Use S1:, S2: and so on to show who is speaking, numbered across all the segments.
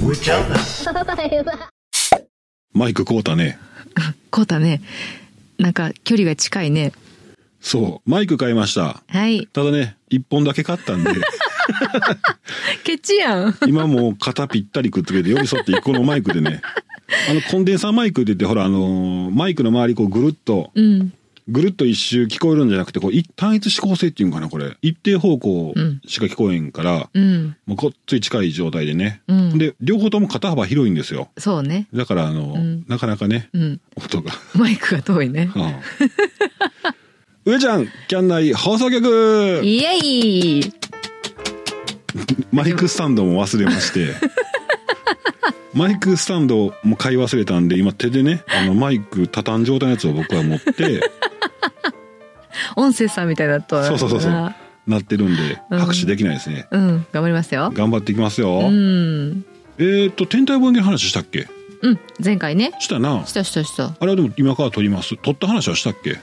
S1: 燃えちゃうな。
S2: マイクこうたね。
S3: こうたね。なんか距離が近いね。
S2: そう、マイク買いました。
S3: はい。
S2: ただね、一本だけ買ったん で、
S3: ケチやん。
S2: 今もう肩ぴったりくっつけて寄り添って一個のマイクでね、あのコンデンサーマイクって言って、ほら、あのーマイクの周りこうぐるっと、
S3: うん。
S2: ぐるっと一周聞こえるんじゃなくて、こう、一単一指向性っていうんかな、これ。一定方向しか聞こえんから、
S3: うん。
S2: もうこっつい近い状態でね。
S3: うん
S2: で、両方とも肩幅広いんですよ。
S3: そうね。
S2: だから、あの、
S3: ん
S2: なかなかね、
S3: うん。
S2: 音が。
S3: マイクが遠いね。
S2: うん 上ちゃん、キャン内放送局
S3: イエイ
S2: マイクスタンドも忘れま して。マイクスタンドも買い忘れたんで、今手でね、あの、マイク畳ん状態のやつを僕は持って、
S3: 音声さんみたいだと。
S2: そうそうそうそう、なってるんで、
S3: うん
S2: 拍手できないですね。
S3: うん。頑張りますよ。
S2: 頑張っていきますよ。
S3: うん。
S2: えっ、と、天体望遠鏡の話したっけ
S3: うん。前回ね。
S2: したな
S3: し。たしたした。
S2: あれはでも今から撮ります。撮った話はしたっけ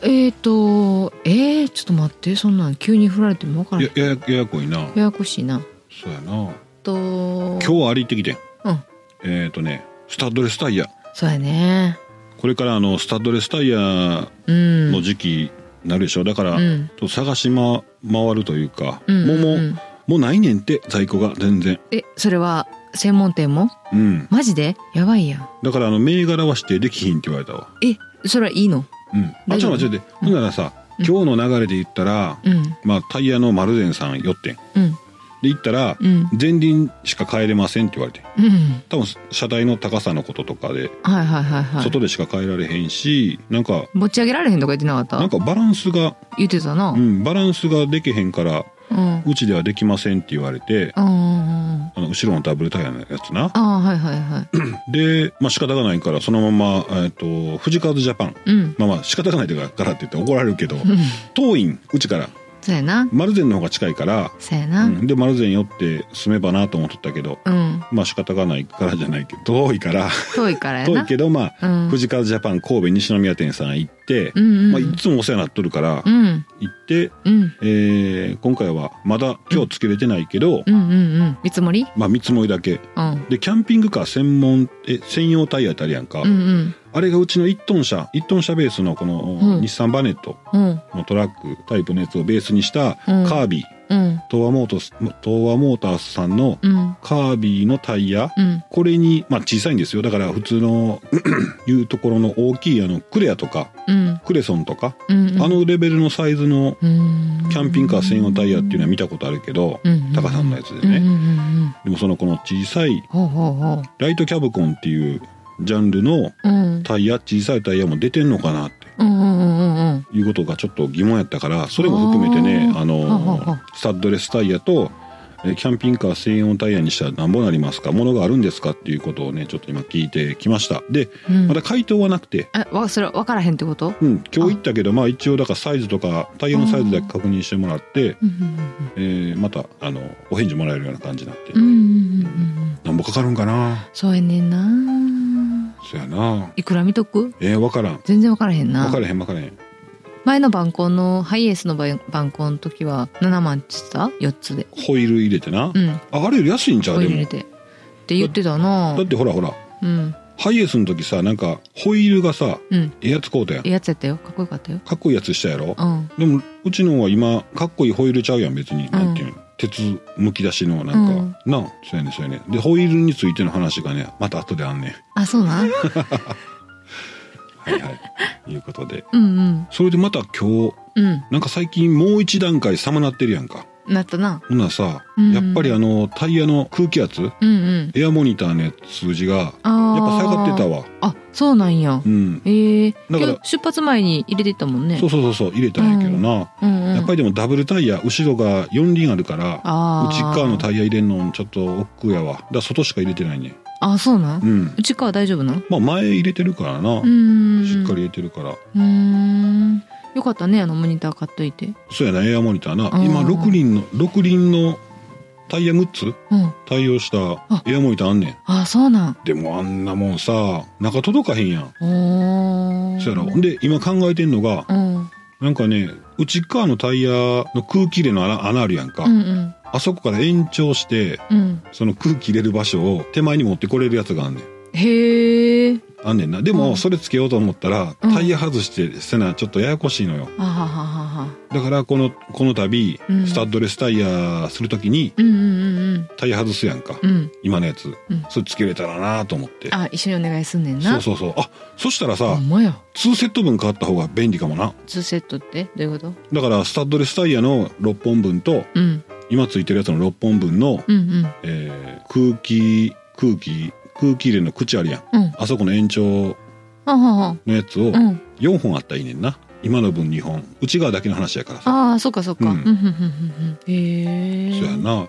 S2: い
S3: えーと、えー、ちょっと待って、そんなん急に振られてもわからない。
S2: や、やや、ややこいな。
S3: ややこしいな。
S2: そうやな。
S3: と、今
S2: 今日は歩いてきてん。
S3: うん。
S2: えっ、とね、スタッドレスタイヤ。
S3: そうやね。
S2: これからあの、スタッドレスタイヤ
S3: うん。
S2: の時期になるでしょ。だから、
S3: うん
S2: と探し、ま、回るというか、
S3: うん
S2: もうも
S3: う、
S2: うんもうないねんって、在庫が全然。
S3: え、それは専門店も
S2: うん。
S3: マジでやばいやん。
S2: だからあの、銘柄は指定できひんって言われたわ。
S3: え、それはいいの
S2: うん。あ、
S3: 大
S2: ち
S3: 丈
S2: ょ
S3: 夫
S2: っと待って、ほんならさ、今日の流れで言ったら、
S3: うん。
S2: まあ、タイヤの丸善さん寄ってん。
S3: うん。
S2: で行ったら、
S3: うん
S2: 前輪しか変えれませんって言われて
S3: うん。
S2: 多分車体の高さのこととかで
S3: はいはいはいはい。
S2: 外でしか変えられへんし、なんか
S3: 持ち上げられへんとか言ってなかった
S2: なんかバランスが、
S3: 言ってたな。
S2: う
S3: うん。
S2: ん、バランスができへんから
S3: うん。
S2: うちではできませんって言われて、
S3: うんうんうん。
S2: あの後ろのダブルタイヤのやつな
S3: ああ、はいはいはい。
S2: で、まあ、仕方がないからそのまま、えっと藤川ジャパン
S3: うん。
S2: まあまあ仕方がないからって言って怒られる けど遠いんうちから
S3: そうやな。
S2: 丸善の方が近いから、
S3: そうや
S2: う
S3: な。うん。
S2: ん、で丸善寄って住めばなと思っとったけどまあ仕方がないからじゃないけど遠いから
S3: 遠いからや
S2: 遠
S3: な。
S2: いけどまあ、
S3: うん
S2: 藤川ジャパン神戸西宮店さん行って、
S3: うんうん
S2: まあ、いつもお世話になっとるから、
S3: うん。
S2: 行って、
S3: うん。
S2: えー今回はまだ今日つけれてないけど、
S3: うんうんうん。見積もり
S2: まあ見積もりだけ
S3: うん。
S2: でキャンピングカー専門え専用タイヤってあるやんか、
S3: うん
S2: あれがうちの1トン車1トン車ベースのこの、
S3: うん
S2: 日産バネット
S3: うん。うん。
S2: のトラックタイプのやつをベースにしたカ
S3: うん
S2: ービー、
S3: うん。
S2: 東和モートス東和モータースさんの
S3: うん。
S2: カービーのタイヤ、
S3: うん。
S2: これに、まあ小さいんですよ。だから普通の、いうところの大きいあの、クレアとか、
S3: うん。
S2: クレソンとか、
S3: うん。
S2: あ、のレベルのサイズのキ
S3: キ
S2: ャ
S3: ャ
S2: ンピングカー専用タイヤっていうのは見たことあるけど、タカさんのやつでね
S3: うんうんうんうん。
S2: でもそのこの小さい
S3: ほうほうほう。
S2: ライトキャブコンっていうジャンルの
S3: うん。
S2: タイヤ、小さいタイヤも出てんのかなって
S3: うんうんうんうんうん。
S2: いうことがちょっと疑問やったから、それも含めてね、
S3: あー
S2: あ
S3: ははは
S2: の、スタッドレスタイヤと、えキャンピングカー専用タイヤにしたらなんぼなりますかものがあるんですかっていうことをね、ちょっと今聞いてきました。で、
S3: うん
S2: まだ回答はなくて、
S3: え、わ、それ分からへんってこと
S2: うん、今日行ったけどまあ一応だからサイズとかタイヤのサイズだけ確認してもらって、
S3: うんうん
S2: えーまたあのお返事もらえるような感じになって、
S3: うんうん。うんうんうんうん。
S2: なんぼかかるんかな
S3: そうやねんな。
S2: そやない
S3: くら見とく
S2: えー、分からん
S3: 全然分からへんな。
S2: 分からへん分からへん
S3: 前の晩婚のハイエースの晩晩婚の時は7万って言ってた ?4 つで。
S2: ホイール入れてな、
S3: うん。
S2: ああれより安いんちゃう
S3: お
S2: で
S3: 入れ
S2: も
S3: て。って言ってたな
S2: だってほらほら
S3: うん。
S2: ハイエースの時さなんかホイールがさ
S3: うん。
S2: ええやつ買うたやん
S3: ええやつやったよ。かっこよかったよ。
S2: かっこいいやつしたやろ
S3: うん。
S2: でもうちのは今かっこいいホイールちゃうやん別に、なんていうの鉄むき出しのなんか、なあそうやねそうやねでホイールについての話がねまた後であんねん
S3: あ、そ うな
S2: は
S3: ん
S2: いはい。いうことで。
S3: うんうん。
S2: それでまた今日、
S3: うん。
S2: なんか最近もう一段階寒なってるやんか。
S3: なったな。
S2: ほんならさ、
S3: うん
S2: やっぱりあの、タイヤの空気圧、
S3: うんうん。
S2: エアモニターのやつ数字が、
S3: あ
S2: やっ
S3: あ。
S2: ぱ下がってた。わ。
S3: あ、そうなんや
S2: う。ん。
S3: ええ。
S2: だ
S3: 今
S2: から
S3: 日出発前に入れていったもんね。
S2: そうそうそうそう、入れたんやけどな。
S3: うんうん。
S2: やっぱりでもダブルタイヤ、後ろが4輪あるから、
S3: ああ。
S2: 内側のタイヤ入れんのちょっと億劫やわ。だから外しか入れてないね。
S3: あ、そうなん
S2: うん。
S3: 内側大丈夫なん
S2: まあ前入れてるからな。
S3: うーん。
S2: しっかり入れてるから。
S3: うーん。よかったね、あのモニター買っといて。
S2: そうやな、エアモニターな。
S3: うん
S2: 今6輪の、6輪のタイヤ6つ
S3: うん。
S2: 対応したエアモニターあんねん。
S3: あ、そうなん。
S2: でもあんなもんさ、中届かへんやん。
S3: おー
S2: そやろ。んで、今考えてんのが、
S3: うん。
S2: なんかね、内側のタイヤの空気入れの穴穴あるやんか。
S3: うんうん。
S2: あそこから延長して
S3: うん。
S2: その空気入れる場所を手前に持ってこれるやつがあんねん
S3: へえ。
S2: あんねんなで
S3: うん
S2: もそれつけようと思ったら
S3: うん
S2: タイヤ外してせなちょっとややこしいのよ
S3: あはははは。
S2: だからこのこの度
S3: うん
S2: スタッドレスタイヤするときに
S3: うんうん
S2: タイヤ外すやんか
S3: うんうん。うん。
S2: 今のやつ
S3: ん
S2: それつけれたらなと思って
S3: あ、一緒にお願いすんねんな。
S2: そうそうそうあそしたらさ
S3: ほんまや。
S2: 2セット分買った方が便利かもな
S3: 2セットってどういうこと
S2: だからスタッドレスタイヤの6本分と
S3: うん。
S2: 今ついてるやつの6本分の、
S3: うんうん。
S2: えー空気空気空気入れの口あるやん
S3: うん。
S2: あそこの延長
S3: ははは。
S2: のやつを
S3: うん。
S2: 4本あったらいいねんな今の分2本内側だけの話やからさ
S3: ああ、そっかそっか。う
S2: うんん
S3: うんうんうんうん。へえ。
S2: そうや。な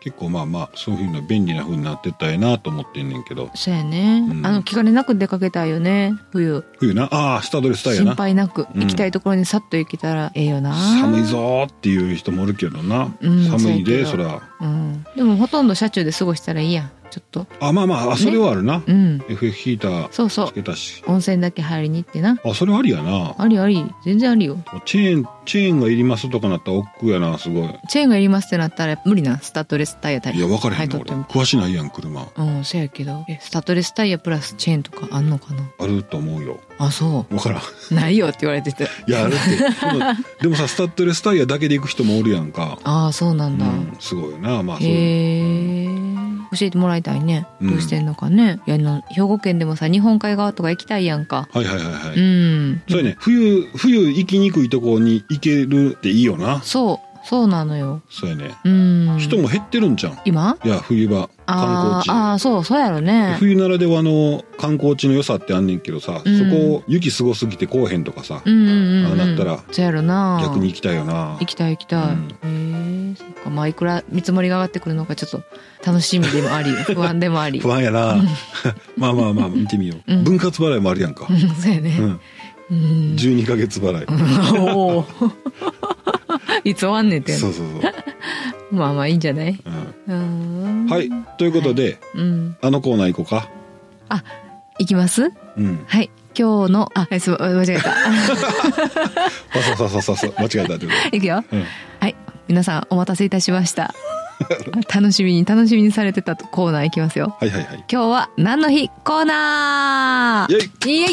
S2: 結構まあまあそういうふうな便利なふうになってったらええなと思ってんねんけど
S3: そうやね。
S2: うん
S3: あの、気兼ねなく出かけたいよね。冬。
S2: 冬なああスタッドレスタイヤ
S3: 心
S2: な
S3: 配なく。
S2: うん
S3: 行きたいところにさっと行けたらええよな。
S2: 寒い。ぞーっていう人もおるけどな、
S3: うん
S2: 寒いで
S3: そ
S2: そうら
S3: うん。でもほとんど車中で過ごしたらいいやん。ちょっと。
S2: あまあまああそれはあるな、
S3: うん。
S2: FF ヒーター
S3: そうそ
S2: つけたし
S3: う。温泉だけ入りに行ってな。
S2: あそれありやな
S3: ありあり。全然ありよ。
S2: チェーンチェーンがいりますとかなったら億劫やなすごい
S3: チェーンがいりますってなったら無理な。スタッドレスタイヤタイ
S2: いや分からへん
S3: は
S2: ない俺
S3: とって
S2: 詳しないやん車
S3: うん、せやけど。え、スタッドレスタイヤプラスチェーンとかあんのかな
S2: あると思うよ
S3: あ、そ
S2: 分 からん
S3: う。ないよって言われてて。
S2: いやあるってでもでもさスタッドレスタイヤだけで行く人もおるやんか
S3: ああ、そうな
S2: うん
S3: だ。
S2: んすごいよなまあそういう
S3: へえ。教えてもらいたいね。
S2: うん
S3: どうしてんのかね。いや、あの兵庫県でもさ、日本海側とか行きたいやんか。
S2: はいはいはいはい、
S3: うん。
S2: そうやね冬冬行きにくいとこに行けるっていいよな
S3: そう、そうなのよ。
S2: そうやね
S3: うん。
S2: 人も減ってるんじゃん
S3: 今
S2: いや冬場観光
S3: あー
S2: 地
S3: あー、そう、そうやろね。
S2: 冬ならではの観光地の良さってあんねんけどさ、
S3: うん
S2: そこを雪すごすぎてこうへんとかさ、
S3: うんうんうん、うん。
S2: あなったら
S3: そうやろな。
S2: 逆に行きたいよな
S3: 行きたい行きたい。へえ。そっか。まあ、いくら見積もりが上がってくるのか、ちょっと楽しみでも あり、不安でもあり。
S2: 不安やな まあまあまあ見てみよう、
S3: うん
S2: 分割払いもあるやんか
S3: う、ん そうやね。
S2: うん、
S3: うん。
S2: 12ヶ月払い、
S3: おお。いつ終わんねんて。
S2: そうそうそう、
S3: まあまあいいんじゃない。
S2: う
S3: うー
S2: ん、
S3: ん
S2: はい。ということで、
S3: うん。
S2: あのコーナー行こうか
S3: いきます。
S2: うん
S3: はい。今日のあ、えすま間違えた。
S2: わさささささ間違えたってこ
S3: いくよ。
S2: と、うん
S3: はい。皆さんお待たせいたしま した。楽しみに楽しみにされてたコーナーいきますよ。
S2: はいはいはい
S3: 今日は何の日コーナー。イエイ。は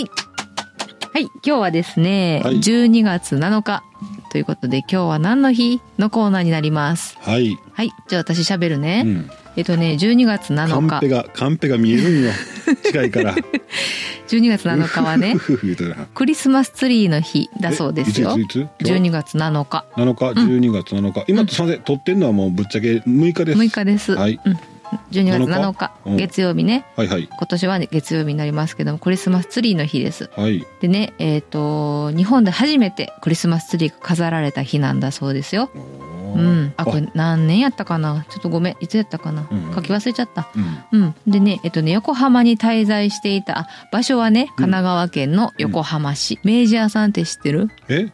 S3: い。今日はですね、
S2: はい
S3: 12月7日ということで今日は何の日のコーナーになります。
S2: はい、
S3: はい。じゃあ私喋るね。
S2: うん、
S3: えっとね、12月
S2: カ
S3: 7
S2: ンペ
S3: 日。
S2: がカンペが見える んよ近いから
S3: 12月7日 はね
S2: ふ、ふふ言うてたな
S3: クリスマスツリーの日だそうですよ
S2: え。いついついつ今日
S3: 12月7日。
S2: 7日12月7日、今すいません撮ってんのはもうぶっちゃけ6日です
S3: 6日です。
S2: はい
S3: うん。12月7
S2: 7
S3: 日
S2: うん
S3: 月曜日ね。
S2: はいはい
S3: 今年はね月曜日になりますけども、クリスマスツリーの日です。
S2: はい
S3: でね、えっ、と、日本で初めてクリスマスツリーが飾られた日なんだそうですよ。
S2: お
S3: う
S2: ー
S3: ん。あ、これ何年やったかなちょっとごめん。いつやったかな、
S2: うんうん
S3: 書き忘れちゃった。
S2: うん
S3: うん。でね、えっとね、横浜に滞在していた、あ場所はね、神奈川県の横浜市。明治屋さんって知ってる
S2: え
S3: 老舗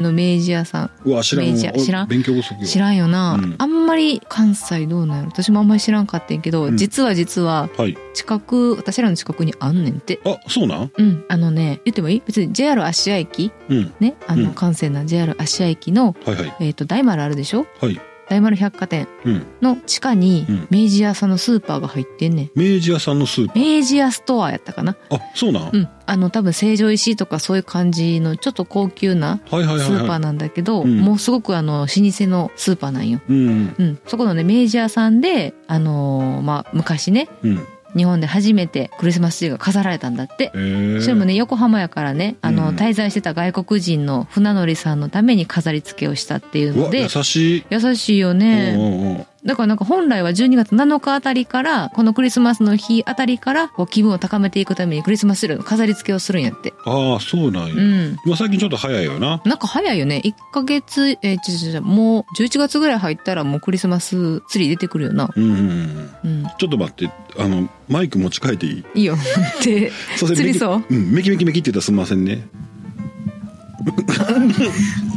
S3: の明治屋さん。
S2: うわ知らん
S3: 明治
S2: わ
S3: や知らん
S2: お勉強不足よ
S3: 知らんよな、
S2: うん
S3: あんまり関西どうなんやろ私もあんまり知らんかってんけど、
S2: うん
S3: 実は実は
S2: はい
S3: 近く私らの近くにあんねんて
S2: あそうなん
S3: うんあのね言ってもいい別に JR 芦屋駅
S2: うん
S3: ねあ
S2: う
S3: の
S2: ん
S3: 閑静な JR 芦屋駅の、
S2: はいはい
S3: えー、と大丸あるでしょ
S2: はい
S3: 大丸百貨店
S2: うん
S3: の地下に
S2: うん
S3: 明治屋さんのスーパーが入ってんねん
S2: 明治屋さんのスープ
S3: 明治屋ストアやったかな
S2: あそうなん、
S3: うんあの多分成城石井とかそういう感じのちょっと高級な
S2: はいはい
S3: ス
S2: はい
S3: ーパー
S2: は
S3: なんだけど、
S2: うん
S3: もうすごくあの老舗のスーパーなんよ
S2: いうん
S3: うん、そこのね明治屋さんで、あのーまあ、昔ね
S2: うん
S3: 日本で初めてクリスマスツリーが飾られたんだって
S2: えー、
S3: それもね横浜やからねあの、
S2: うん
S3: 滞在してた外国人の船乗りさんのために飾り付けをしたっていう
S2: う
S3: の
S2: わ優
S3: で
S2: しい、
S3: 優しいよ
S2: う
S3: ね
S2: んうんうん
S3: だからなんか本来は12月7日あたりからこのクリスマスの日あたりからこう気分を高めていくためにクリスマスツリーの飾り付けをするんやって
S2: ああそうなんや、
S3: うん
S2: まあ最近ちょっと早いよな
S3: なんか早いよね1ヶ月えー、ちょちょちょもう11月ぐらい入ったらもうクリスマスツリー出てくるよな
S2: うんうんうん
S3: うん
S2: ちょっと待ってあのマイク持ち替えていい
S3: いいよ。 で、
S2: そう。
S3: 釣りそう
S2: うん、メキメキメキって言ったらすみませんね。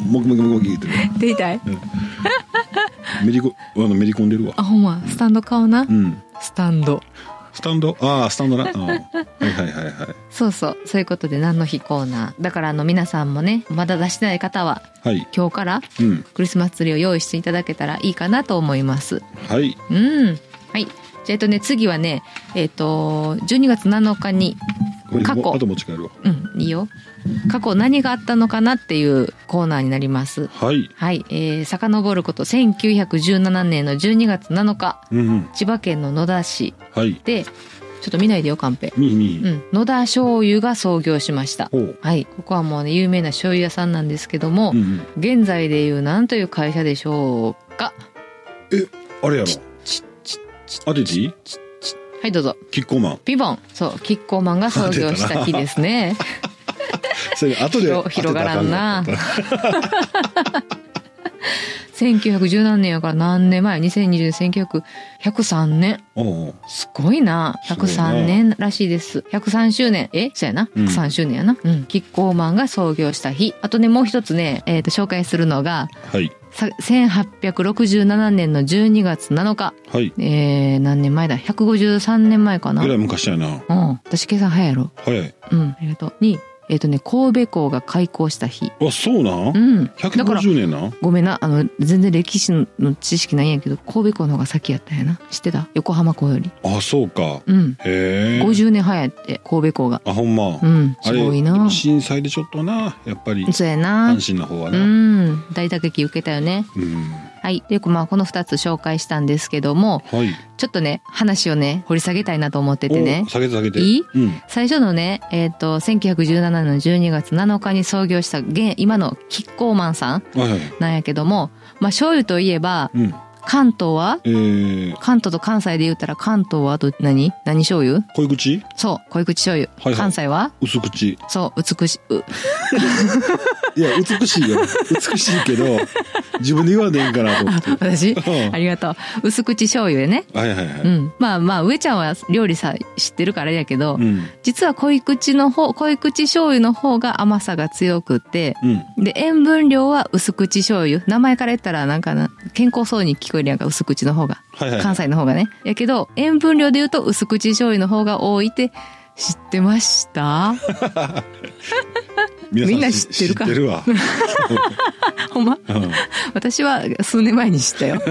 S2: モキモキモキモキって言ってる。
S3: 出たい。
S2: めりこ、あの、めり込んでるわ。
S3: あ、ほんま、スタンド買うな
S2: う。ん。
S3: スタンド。
S2: スタンドああスタンドな、うん、はいはいはいはい
S3: そうそうそういうことで何の日コーナーだからあの皆さんもねまだ出してない方は
S2: はい
S3: 今日から
S2: うん
S3: クリスマスツリーを用意していただけたらいいかなと思います
S2: はい
S3: うんはいじゃあえっとね次はねえっと12月7日に
S2: これ
S3: 過去
S2: もあと持ち帰るわ
S3: うんいいよ過去何があったのかなっていうコーナーになります
S2: はい
S3: はい、えー、遡ること1917年の12月7日
S2: うんうん
S3: 千葉県の野田市
S2: はい
S3: でちょっと見ないでよカンペ
S2: にに、
S3: うん野田醤油が創業しました
S2: ほう
S3: はいここはもうね有名な醤油屋さんなんですけども、
S2: うんうん
S3: 現在でいう何という会社でしょうか
S2: あれやろ
S3: ちち
S2: アデジ
S3: はいどうぞ
S2: キッコーマン
S3: ピボンそうキッコーマンが創業した日で すね
S2: それ後で
S3: 広広がらんな
S2: 当てたらあかんかっ
S3: 1917年やから何年前2020年1903年
S2: たおうおう
S3: すごいな
S2: すごいな
S3: 103年らしいです103周年えそうやな
S2: うん
S3: 103周年やな、うん、キッコーマンが創業した日あとねもう一つね、えー、と紹介するのが
S2: はい
S3: さ1867年の12月7日
S2: はい
S3: えー、何年前だ153年前かな
S2: ぐら
S3: う
S2: い
S3: ん
S2: 昔やな
S3: 私計算早いやろ
S2: 早い
S3: うんありがとうにえっ、とね神戸港が開港した日
S2: あそうな
S3: うんんだから
S2: 150年な
S3: ごめんなあの全然歴史の知識ないんやけど神戸港の方が先やったんやな知ってた横浜港より
S2: あそうか
S3: うん
S2: へえ
S3: 50年早いって神戸港が
S2: あほんま
S3: うん
S2: あ
S3: すごいな
S2: れ震災でちょっとなやっぱり
S3: そうやな
S2: 安心な方は
S3: う
S2: なうん
S3: ん大打撃受けたよねはいでまあこの2つ紹介したんですけども
S2: はい
S3: ちょっとね話をね掘り下げたいなと思っててね
S2: お下げて下げて
S3: いい
S2: うん
S3: 最初のね、えっと1917年の12月7日に創業した現今のキッコーマンさん
S2: はいはい
S3: なんやけども、まあ、醤油といえば
S2: うん
S3: 関東は
S2: えー
S3: 関東と関西で言ったら関東はど何何醤油
S2: 濃い口
S3: そう濃い口醤油、
S2: はいはい
S3: 関西は
S2: 薄口
S3: そう美しいう
S2: いや美しい よ美しいけど自分で言わねえんかなと思って
S3: 私
S2: うん
S3: ありがとう薄口醤油でね
S2: はいはいは
S3: う
S2: い
S3: ん、まあまあ上ちゃんは料理さ知ってるからあれやけど、
S2: うん
S3: 実は濃い口の方濃い口醤油の方が甘さが強くて、
S2: うん
S3: で塩分量は薄口醤油名前から言ったらなんかな健康そうに聞こえるやんか薄口の方が
S2: はいはい
S3: 関西の方がねやけど塩分量で言うと薄口醤油の方が多いって知ってました
S2: 皆さ
S3: みんな知ってるか
S2: 知ってるわ
S3: ほんま
S2: うんあ
S3: 私は数年前に 知ったよ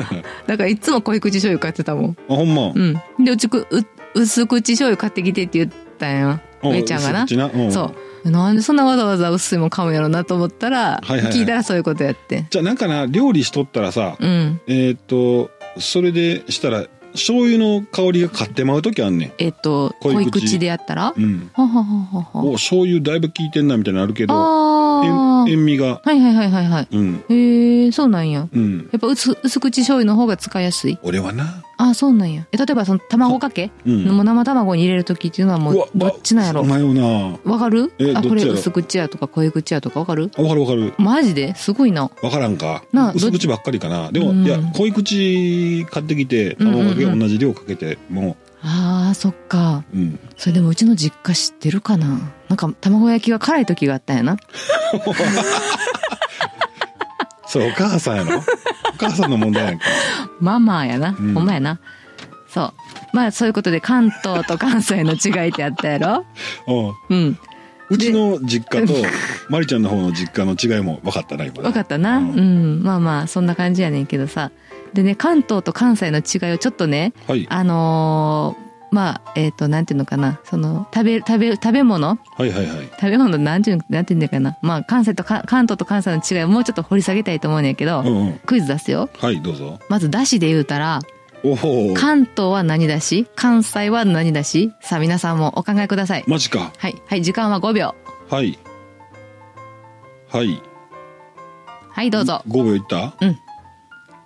S3: だからいつも濃い口醤油買ってたもん
S2: ほんま
S3: うんでうちくう薄口醤油買ってきてって言ったんや
S2: う
S3: 上ちゃんがな
S2: 薄口うん
S3: そうなんでそんなわざわざ薄いもん買うんやろなと思ったら、
S2: いはいはい
S3: 聞いたらそういうことやって
S2: じゃあなんかな料理しとったらさ
S3: うん
S2: えーっとそれでしたら醤油の香りが買ってまう時あんねん
S3: えっと
S2: 濃
S3: 濃
S2: い
S3: い
S2: 口
S3: 口でやったら、
S2: うん
S3: ははははは
S2: お醤油だいぶ効いてんなみたいなのあるけど
S3: あ
S2: 塩
S3: ー
S2: 塩味が
S3: はいはいはいはいはい
S2: うん
S3: へえそうなんや
S2: うん
S3: やっぱ薄薄口醤油の方が使いやすい
S2: 俺はな
S3: あーそうなんやえ例えばその卵かけ、
S2: うん
S3: もう生卵に入れる時っていうのはもう
S2: わ
S3: どっちなんやろ
S2: 迷うな
S3: わかる
S2: えどっち
S3: あ
S2: やろ
S3: これ薄口やとか濃い口やとかわかる
S2: あわかるわかる
S3: マジですごいな
S2: わからんか
S3: なあ
S2: 薄口ばっかりかなでも、
S3: うん
S2: いや濃い口買ってきて卵かけ
S3: うんうんうん
S2: 同じ量かけても
S3: あーそっか
S2: う、うん、
S3: それでもうちの実家知ってるかななんか卵焼きが辛い時があったんやな
S2: それお母さんや ろお母さんの問題やんか
S3: ママやな、
S2: うん
S3: ほんまやなそうまあそういうことで関東と関西の違いってあったや ろ
S2: うん
S3: うん
S2: うちの実家とまりちゃんの方の実家の違いも分かったな今
S3: わかったな、
S2: う
S3: うんん、まあまあそんな感じやねんけどさでね関東と関西の違いをちょっとね
S2: たはい
S3: あのーまあえっ、となんていうのかなその食べ食べ食べ物
S2: はいはいはい
S3: 食べ物なんていうなんていうんだかなまあ関西とか関東と関西の違いをもうちょっと掘り下げたいと思うねんやけど、
S2: うんうん
S3: クイズ出すよ
S2: はいどうぞ
S3: まずだしで言うたら
S2: おお
S3: 関東は何だし関西は何だしさあ皆さんもお考えください
S2: マジか
S3: はいはい時間は5秒
S2: はいはい
S3: はいどうぞ
S2: 5秒いった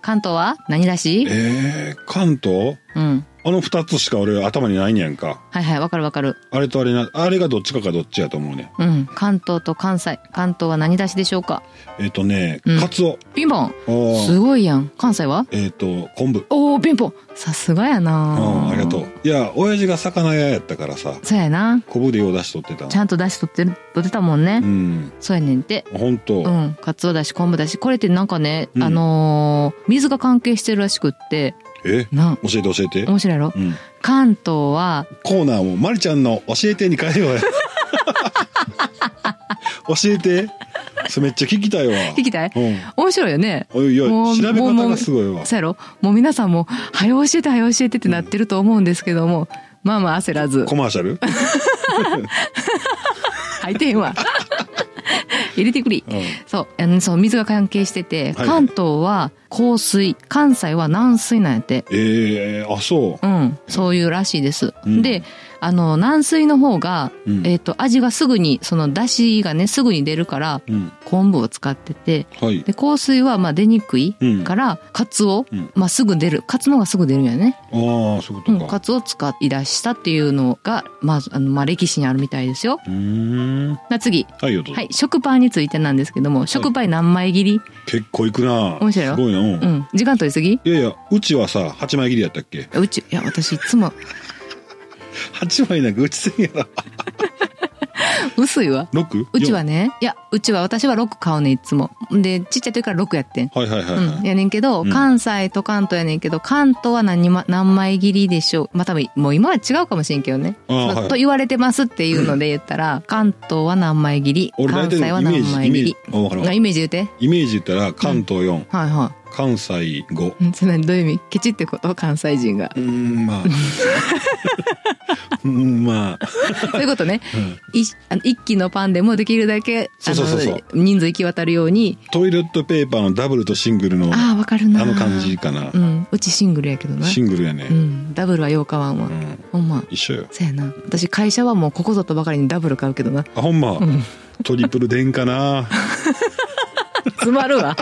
S3: 関東は何だし
S2: えー、関東
S3: うん
S2: あの2つしか俺頭にないねやんか
S3: はいはいわかるわかる
S2: あれとあれなあれがどっちかかどっちやと思うね
S3: うん、関東と関西関東は何出しでしょうか
S2: えっ、とね
S3: うん
S2: カツオ
S3: ピンポン
S2: あー
S3: すごいやん関西は
S2: えっ、と昆布
S3: おおピンポンさすがや
S2: う
S3: なん
S2: ありがとういや親父が魚屋やったからさ
S3: そうやな
S2: 昆布で用出しとってた
S3: ちゃんと出し取ってる取ってたもんね、
S2: うん
S3: そうやねんて
S2: 本当、
S3: う
S2: あ
S3: んかつおだし昆布だしこれってなんかね、
S2: うん
S3: あのー水が関係してるらしくって
S2: え
S3: なん
S2: 教えて教えて
S3: 面白いやろ
S2: うん
S3: 関東は
S2: コーナーも、まりちゃんの教えてに変えよう や。教えて。それめっちゃ聞きたいわ。
S3: 聞きたい
S2: うん。
S3: 面白いよね
S2: おいおい
S3: もう
S2: 調べ
S3: もう
S2: 方
S3: もう
S2: がすごいわ。
S3: そうやろもう皆さんも「早教えて早教えて」ってなってると思うんですけども、まあまあ焦らず
S2: コマー シャル
S3: 入ってへ んわ入れてくり、
S2: うん
S3: そうあのそう水が関係してて、
S2: はい
S3: 関東は降水関西は軟水なんやって
S2: ええあ、そう
S3: う。んそういうらしいです、
S2: うん
S3: であの軟水の方が、
S2: うん
S3: えっと味がすぐにその出汁がねすぐに出るから
S2: うん。
S3: 昆布を使ってて
S2: はい。
S3: で香水はまあ出にくいから、カツオ、
S2: うん
S3: まあ、すぐ出るカツの方がすぐ出るんやね、
S2: ああ、そういうこ
S3: う
S2: と
S3: ん、
S2: か。
S3: カツオを使い出したっていうのが、まあ、あのまあ歴史にあるみたいですよ
S2: うーん。
S3: な次
S2: はいよ、どうぞ
S3: はい、食パンについてなんですけども食パン何枚切り、
S2: 結構いくな
S3: 面白いよ
S2: すごいな。うん
S3: うん、時間取りすぎ
S2: いやいや、うちはさ、8枚切りやったっけ
S3: うちいや私いつも
S2: ?8 枚なんかうちせんやろ。
S3: 薄いわ
S2: 6?
S3: うちはねいやうちは私は6買うねいつもでちっちゃい時から6やってん、
S2: はいはいはい、
S3: うん、
S2: はい
S3: やねんけど、
S2: うん
S3: 関西と関東やねんけど関東は何,、ま、何枚切りでしょうまあ多分もう今は違うかもしれんけどね
S2: あー
S3: まあ
S2: はい
S3: と言われてますっていうので言ったら、関東は何枚切り
S2: 俺大
S3: 関
S2: 体
S3: 西は
S2: イメー
S3: 何
S2: ジ
S3: 枚
S2: イメ
S3: 切
S2: ー
S3: り
S2: ジあ分かる分
S3: あ
S2: かる
S3: イメージ言うて
S2: イメージ言ったら関東4、
S3: はいは
S2: 関西5
S3: いうんそれ何どういう意味ケチってこと関西 人が
S2: うーんまあうーんまあ、
S3: そういうことね
S2: うん
S3: いあの一気のパンでもできるだけあ
S2: そうそうそうそう
S3: の人数行き渡るように
S2: トイレットペーパーのダブルとシングルのあ
S3: ああわかるな
S2: の感じかな
S3: う、んうちシングルやけどな
S2: シングルや
S3: う
S2: ね、
S3: んダブルはよう買わんわ
S2: うん
S3: ほんま
S2: 一緒よ
S3: そやな私会社はもうここぞとばかりにダブル買うけどな
S2: あほんま、
S3: ん
S2: トリプルでんかな
S3: 詰まる わ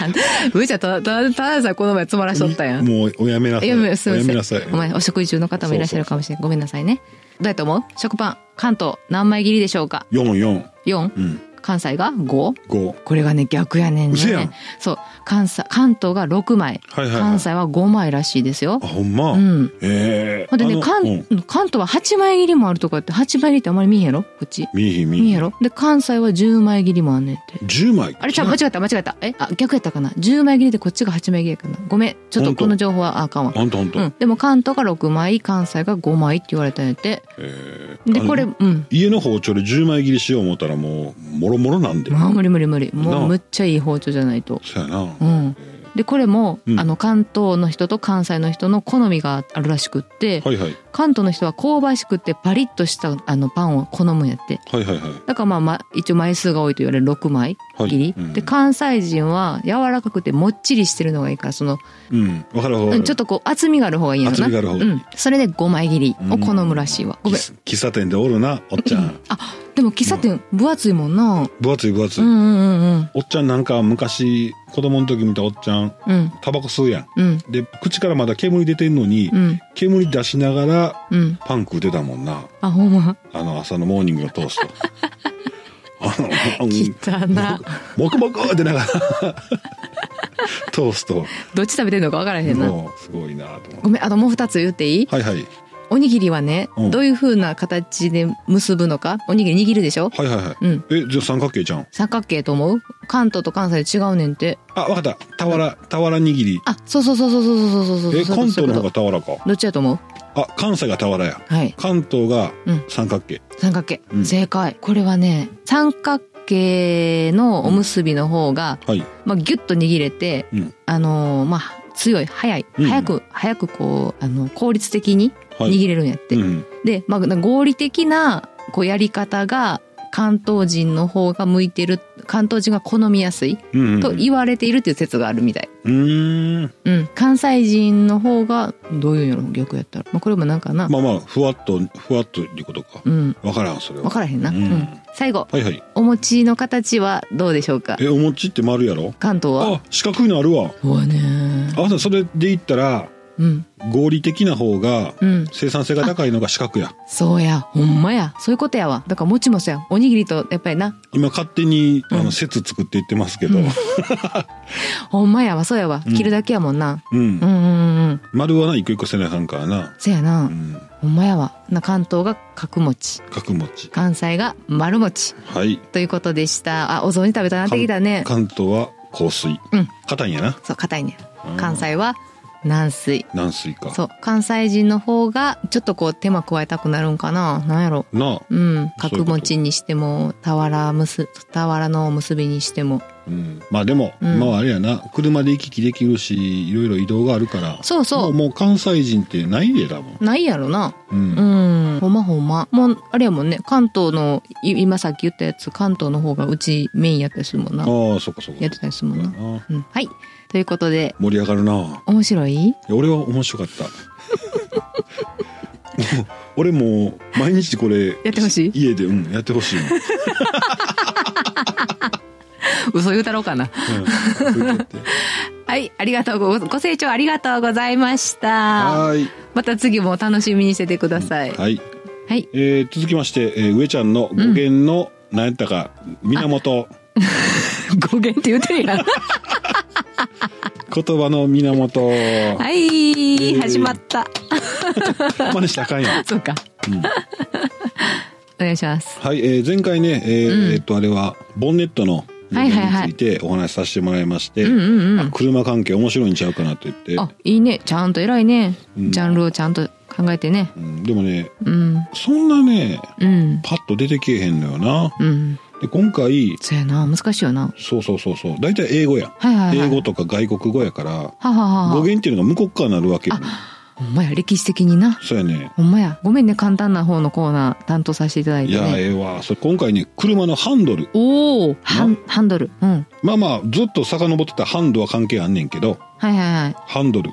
S3: あんたうちはただたださんこの前詰まらしとったやん
S2: もうおやめなさい
S3: いやもうす
S2: お
S3: み
S2: やめ
S3: ま
S2: なさ
S3: せ
S2: い
S3: んお前お食事中の方もいらっしゃるかもしれないごめんなさいねどうやと思う食パン関東何枚切りでしょうか
S2: 44
S3: 4
S2: うん
S3: 関西が 5?
S2: 5
S3: これがね逆やねん
S2: 嘘やん
S3: ねそう関西関東が6枚、
S2: はいはいはい
S3: 関西は5枚らしいですよ
S2: あほんま、
S3: うん
S2: ええー、
S3: ほんで
S2: あ
S3: ね
S2: の
S3: 関,、
S2: うん
S3: 関東は8枚切りもあるとかって8枚切りってあんまり見えへんやろこっち
S2: 見えへん見えへん
S3: 見えへんやろで関西は10枚切りもあんねんって
S2: 10枚
S3: あれちゃう間違った間違ったえあ逆やったかな10枚切りでこっちが8枚切りやからなごめんちょっと
S2: 本当
S3: この情報はああかんわ
S2: ほんとほんと、
S3: うん、でも関東が6枚関西が5枚って言われたんやって
S2: えー
S3: で
S2: あの
S3: これうん
S2: 家の包丁で10枚切りしよう思ったらもうもろもろなんで、
S3: まあ無理無理無理
S2: な
S3: も
S2: あ
S3: うむっちゃいい包丁じゃないと
S2: そうやな、
S3: うんでこれも、
S2: うん
S3: あの関東の人と関西の人の好みがあるらしくって、
S2: はいはい
S3: 関東の人は香ばしくてパリッとしたあのパンを好むんやって
S2: はいはいはい
S3: だからまあ、ま、一応枚数が多いと言われる6枚
S2: はい
S3: 切り、
S2: うん
S3: で関西人は柔らかくてもっちりしてるのがいいからその、
S2: うんわかるわか
S3: う
S2: る
S3: んちょっとこう厚みがある方がいいんやろな
S2: 厚みがある方がいい
S3: うん、それで5枚切りを好むらしいわ、ごめん
S2: 喫喫茶店でおるなおっちゃん
S3: あでも喫茶店分厚いもんな
S2: 分厚い分厚
S3: う
S2: い、
S3: んうんうん
S2: おっちゃんなんか昔子供の時見たおっちゃん
S3: うんうん
S2: タバコ吸うやん
S3: うん
S2: で口からまだ煙出てんのに、
S3: うん
S2: 煙出しながら
S3: うん
S2: パン食うてたもんな
S3: あほんま
S2: あの朝のモーニングのトース トあの
S3: 汚たな
S2: モクモクってな がらトースト
S3: どっち食べてんのか分からへんな
S2: もうすごいなと思って
S3: ごめんあともう2つ言っていい
S2: はいはい
S3: おにぎりはね
S2: うん
S3: どういう風な形で結ぶのかおにぎり握るでしょ
S2: はいはいはい
S3: うん
S2: えじゃあ三角形じゃん
S3: 三角形と思う関東と関西で違うねんって
S2: あわかった俵俵握り
S3: あそうそうそうそうそうそうそうそう
S2: え
S3: そ
S2: 関
S3: ういうことそ
S2: 東
S3: ういう
S2: の
S3: こ
S2: 方
S3: と
S2: が俵か
S3: どっちやと思う
S2: あ関西が俵や
S3: はい
S2: 関東が
S3: うん
S2: 三角形
S3: 三角形、
S2: うん
S3: 正解これはね三角形のおむすびの方が、
S2: はい
S3: まあ、ギュッと握れて、
S2: うん
S3: あのーまあ強い早い
S2: うん
S3: 早く、早くこうあの効率的に
S2: はい
S3: 握れるんやって、
S2: うん
S3: で、まあ、なんか合理的なこうやり方が関東人の方が向いてる関東人が好みやすい
S2: うんうん
S3: と言われているっていう説があるみたい、
S2: うーん
S3: うん、関西人の方がどういうんやろ逆やったら、まあ、これもなんかな、
S2: まあまあふわっとふわっということか
S3: うん
S2: わからんそれ
S3: 分
S2: は
S3: からへんな、
S2: うん
S3: うん最後
S2: はいはい
S3: お餅の形はどうでしょうか
S2: えお餅って丸やろ
S3: 関東は
S2: あ四角いのあるわ
S3: そうやね
S2: あそうそれで言ったら
S3: うん
S2: 合理的な方が
S3: うん
S2: 生産性が高いのが四角や
S3: そうやほんまやそういうことやわだからもちもそうやおにぎりとやっぱりな
S2: 今勝手にあ
S3: う
S2: の
S3: ん
S2: 説作っていってますけど
S3: うんほんまやわそうやわ
S2: うん
S3: 切るだけやもんな、
S2: う
S3: うんん、うんうんうん
S2: 丸はな一個一個せなあかんからな
S3: そうやな、
S2: うん
S3: ほんまやわな関東が角餅
S2: 角餅
S3: 関西が丸餅
S2: はい
S3: ということでしたあお雑煮食べたなってきたね
S2: 関東は香水
S3: うん
S2: 硬いんやな
S3: そう硬いね
S2: うん
S3: 関西は軟水
S2: 軟水か
S3: そう関西人の方がちょっとこう手間加えたくなるんかななんやろ
S2: なあ
S3: う
S2: そういう
S3: ん
S2: こと
S3: 角餅にしても俵むす俵のおむすびにしても
S2: うん、まあでも、
S3: うん
S2: 今はあれやな車で行き来できるしいろいろ移動があるから
S3: そう
S2: も
S3: そうう
S2: もう関西人ってないで多分、
S3: ないやろな
S2: うん
S3: うんほんまほんまもうあれやもんね関東のい今さっき言ったやつ関東の方がうちメインやったりするもんな
S2: ああそっかそっか
S3: やってたりするもんな、
S2: な
S3: うん、はいということで
S2: 盛り上がるな
S3: 面白い
S2: いや俺は面白かった もう俺もう毎日これ
S3: やってほしい
S2: 家でうんやってほ しいもん、
S3: 嘘言うたろうかな
S2: うんこうやってやって
S3: はいありがとうごご清聴ありがとうございました
S2: はーい
S3: また次もお楽しみにしててください、
S2: はい、
S3: はい
S2: えー続きまして、えー上ちゃんの語源の何やったか、源
S3: 語源って言って るやん
S2: 言葉の源真
S3: はい、
S2: ー
S3: 始まった
S2: 似したらあかんよ、
S3: そうか
S2: うん
S3: お願いします
S2: はい、えー前回ね、えー
S3: うん
S2: えっとあれはボンネットの部分に
S3: はいはいは
S2: つ
S3: い
S2: いてお話しさせてもらいまして、
S3: うんうんうん
S2: 車関係面白いんちゃうかなと言って、
S3: あいいねちゃんと偉いね、
S2: うん
S3: ジャンルをちゃんと考えてね
S2: うんでもね
S3: うん
S2: そんなね
S3: うん
S2: パッと出てけえへんのよな
S3: うん
S2: で今回
S3: そうやな難しいよな
S2: そうそうそうそう大体英語やん、
S3: はいはいはい
S2: 英語とか外国語やから
S3: はははは
S2: 語源っていうのが向こうからなるわけよね
S3: ほんまや歴史的にな
S2: そうやね
S3: ほんまやごめんね簡単な方のコーナー担当させていただい
S2: い
S3: て
S2: や
S3: ね
S2: ええわそれ今回ね車のハンドル
S3: おおハンハンドルうん
S2: まあまあずっと遡ってたハンドは関係あんねんけど
S3: はいはいはい
S2: ハンドル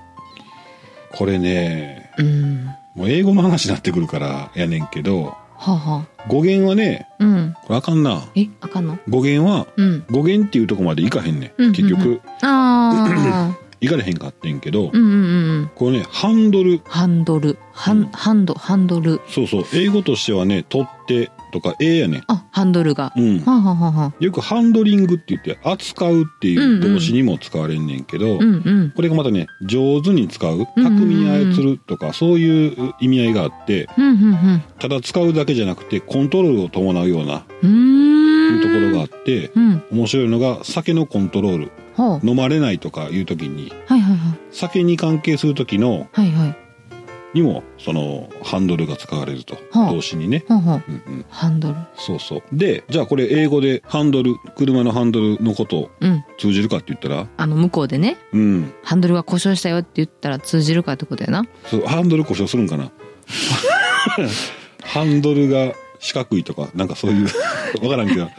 S2: これね
S3: うんは
S2: もう英語の話になってくるからやねんけど
S3: あは
S2: 語源はね
S3: あうん
S2: これあかんな
S3: えあかんの
S2: 語源は
S3: うん
S2: 語源っていうとこまでいかへんね
S3: うんうんん
S2: 結局
S3: ああ
S2: いかれへんかってんけど
S3: うんうんうんうん
S2: これねハンドル
S3: ハンドルハン、
S2: うん
S3: ハンドハンドル
S2: そうそう英語としてはね取ってとかええやねん
S3: あハンドルが、
S2: うん
S3: はあはあはあはあ
S2: よくハンドリングって言って扱うっていう動詞にも使われんねんけど、
S3: うんうん
S2: これがまたね上手に使う巧
S3: うんうん
S2: みに操るとかそういう意味合いがあって
S3: うんうんうん
S2: ただ使うだけじゃなくてコントロールを伴うような
S3: うーん
S2: いうところがあって
S3: うん
S2: 面白いのが酒のコントロール
S3: ほう
S2: 飲まれないとかいう時に
S3: はいはいはい
S2: 酒に関係する時の
S3: はいはい
S2: にもそのハンドルが使われると
S3: はあ
S2: 動詞にね、
S3: ほうほう
S2: うんうん、
S3: ハンドル
S2: そうそうでじゃあこれ英語でハンドル車のハンドルのこと
S3: うん
S2: 通じるかって言ったら
S3: あの向こうでね
S2: うん
S3: ハンドルが故障したよって言ったら通じるかってことやな
S2: そうハンドル故障するん かなハンドルが四角いとかなんかそう いうわからんけど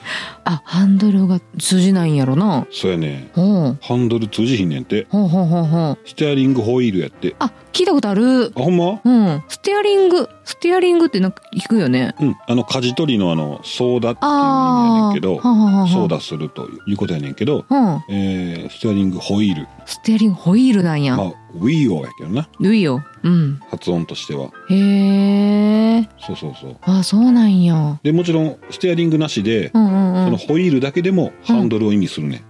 S3: あハンドルが通じないんやろな
S2: そうやね
S3: ほう
S2: ハンドル通じひんねんて
S3: ほうほうほうほう
S2: ステアリングホイールやって
S3: あ聞いたことある
S2: あほんま
S3: うんステアリングステアリングってなんか聞くよね
S2: うんあの舵取りのあのソーダっていう意味や
S3: あ
S2: ねん
S3: あ
S2: けど
S3: はあはあはあ
S2: ソーダするということやねんけど
S3: うん
S2: えー、ステアリングホイール
S3: ステアリングホイールなんや。
S2: まあウィーオーやけどな
S3: ルイよ。うん。
S2: 発音としては
S3: へえ。
S2: そうそうそう
S3: あ、そうなんや。
S2: でもちろんステアリングなしで、
S3: うんうん
S2: そうの
S3: ん。
S2: ホイールだけでもハンドルを意味するね、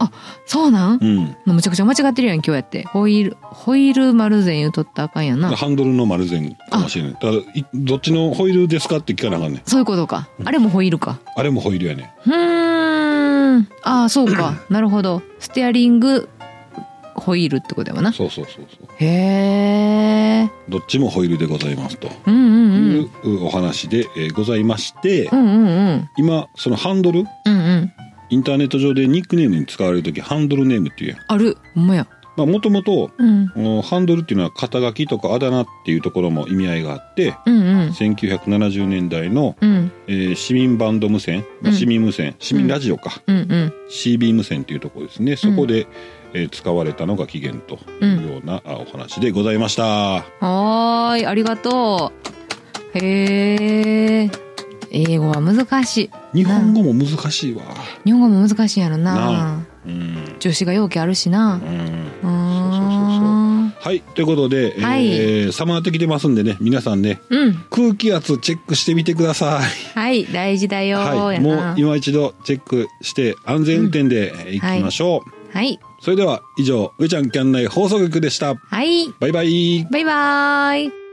S3: そうなん
S2: うん
S3: むちゃくちゃ間違ってるやん、今日やって。ホイール、ホイール丸善言うとったらあかんやな。
S2: ハンドルの丸善かもしれないただいどっちのホイールですかって聞かなあかんねん
S3: そういうことか。あれもホイールか。
S2: あれもホイールやね
S3: うーん。ああ、そう か。なるほど。ステアリング、ホイールってことやわな。
S2: そうそうそうそう
S3: へえ。
S2: どっちもホイールでございますと
S3: うんうんう
S2: い
S3: ん。
S2: ううお話でえーございまして、
S3: うんうんうん。
S2: 今そのハンドル
S3: うんうん。
S2: インターネット上でニックネームに使われる時ハンドルネームっていうやん
S3: ある。ほんまや。
S2: まあもともと
S3: うん。
S2: ハンドルっていうのは肩書きとかあだ名っていうところも意味合いがあって
S3: うんうん。
S2: 1970年代の、
S3: うん
S2: えー市民バンド無線、まあ
S3: うん
S2: 市民無線市民ラジオか、
S3: うんうん。
S2: CB 無線っていうところですねそこで、えー使われたのが起源というような、あお話でございました
S3: はーい、ありがとう。へえ。英語は難しい。
S2: 日本語も難しいわ
S3: 日本語も難しいやろな。
S2: なうん
S3: 女子が容器あるしな
S2: う。ん
S3: うーん。
S2: んはいということで、
S3: はい
S2: えーサマー的出ますんでね皆さんね
S3: うん。
S2: 空気圧チェックしてみてくださ
S3: はい、大事だ
S2: い、
S3: よ
S2: はい、
S3: や
S2: もう
S3: な。
S2: 今一度チェックして安全運転でいきましょう、
S3: はい。
S2: それでは以上「うーちゃんキャン内放送局」でした
S3: はい。
S2: バイバイ
S3: バイバーイ。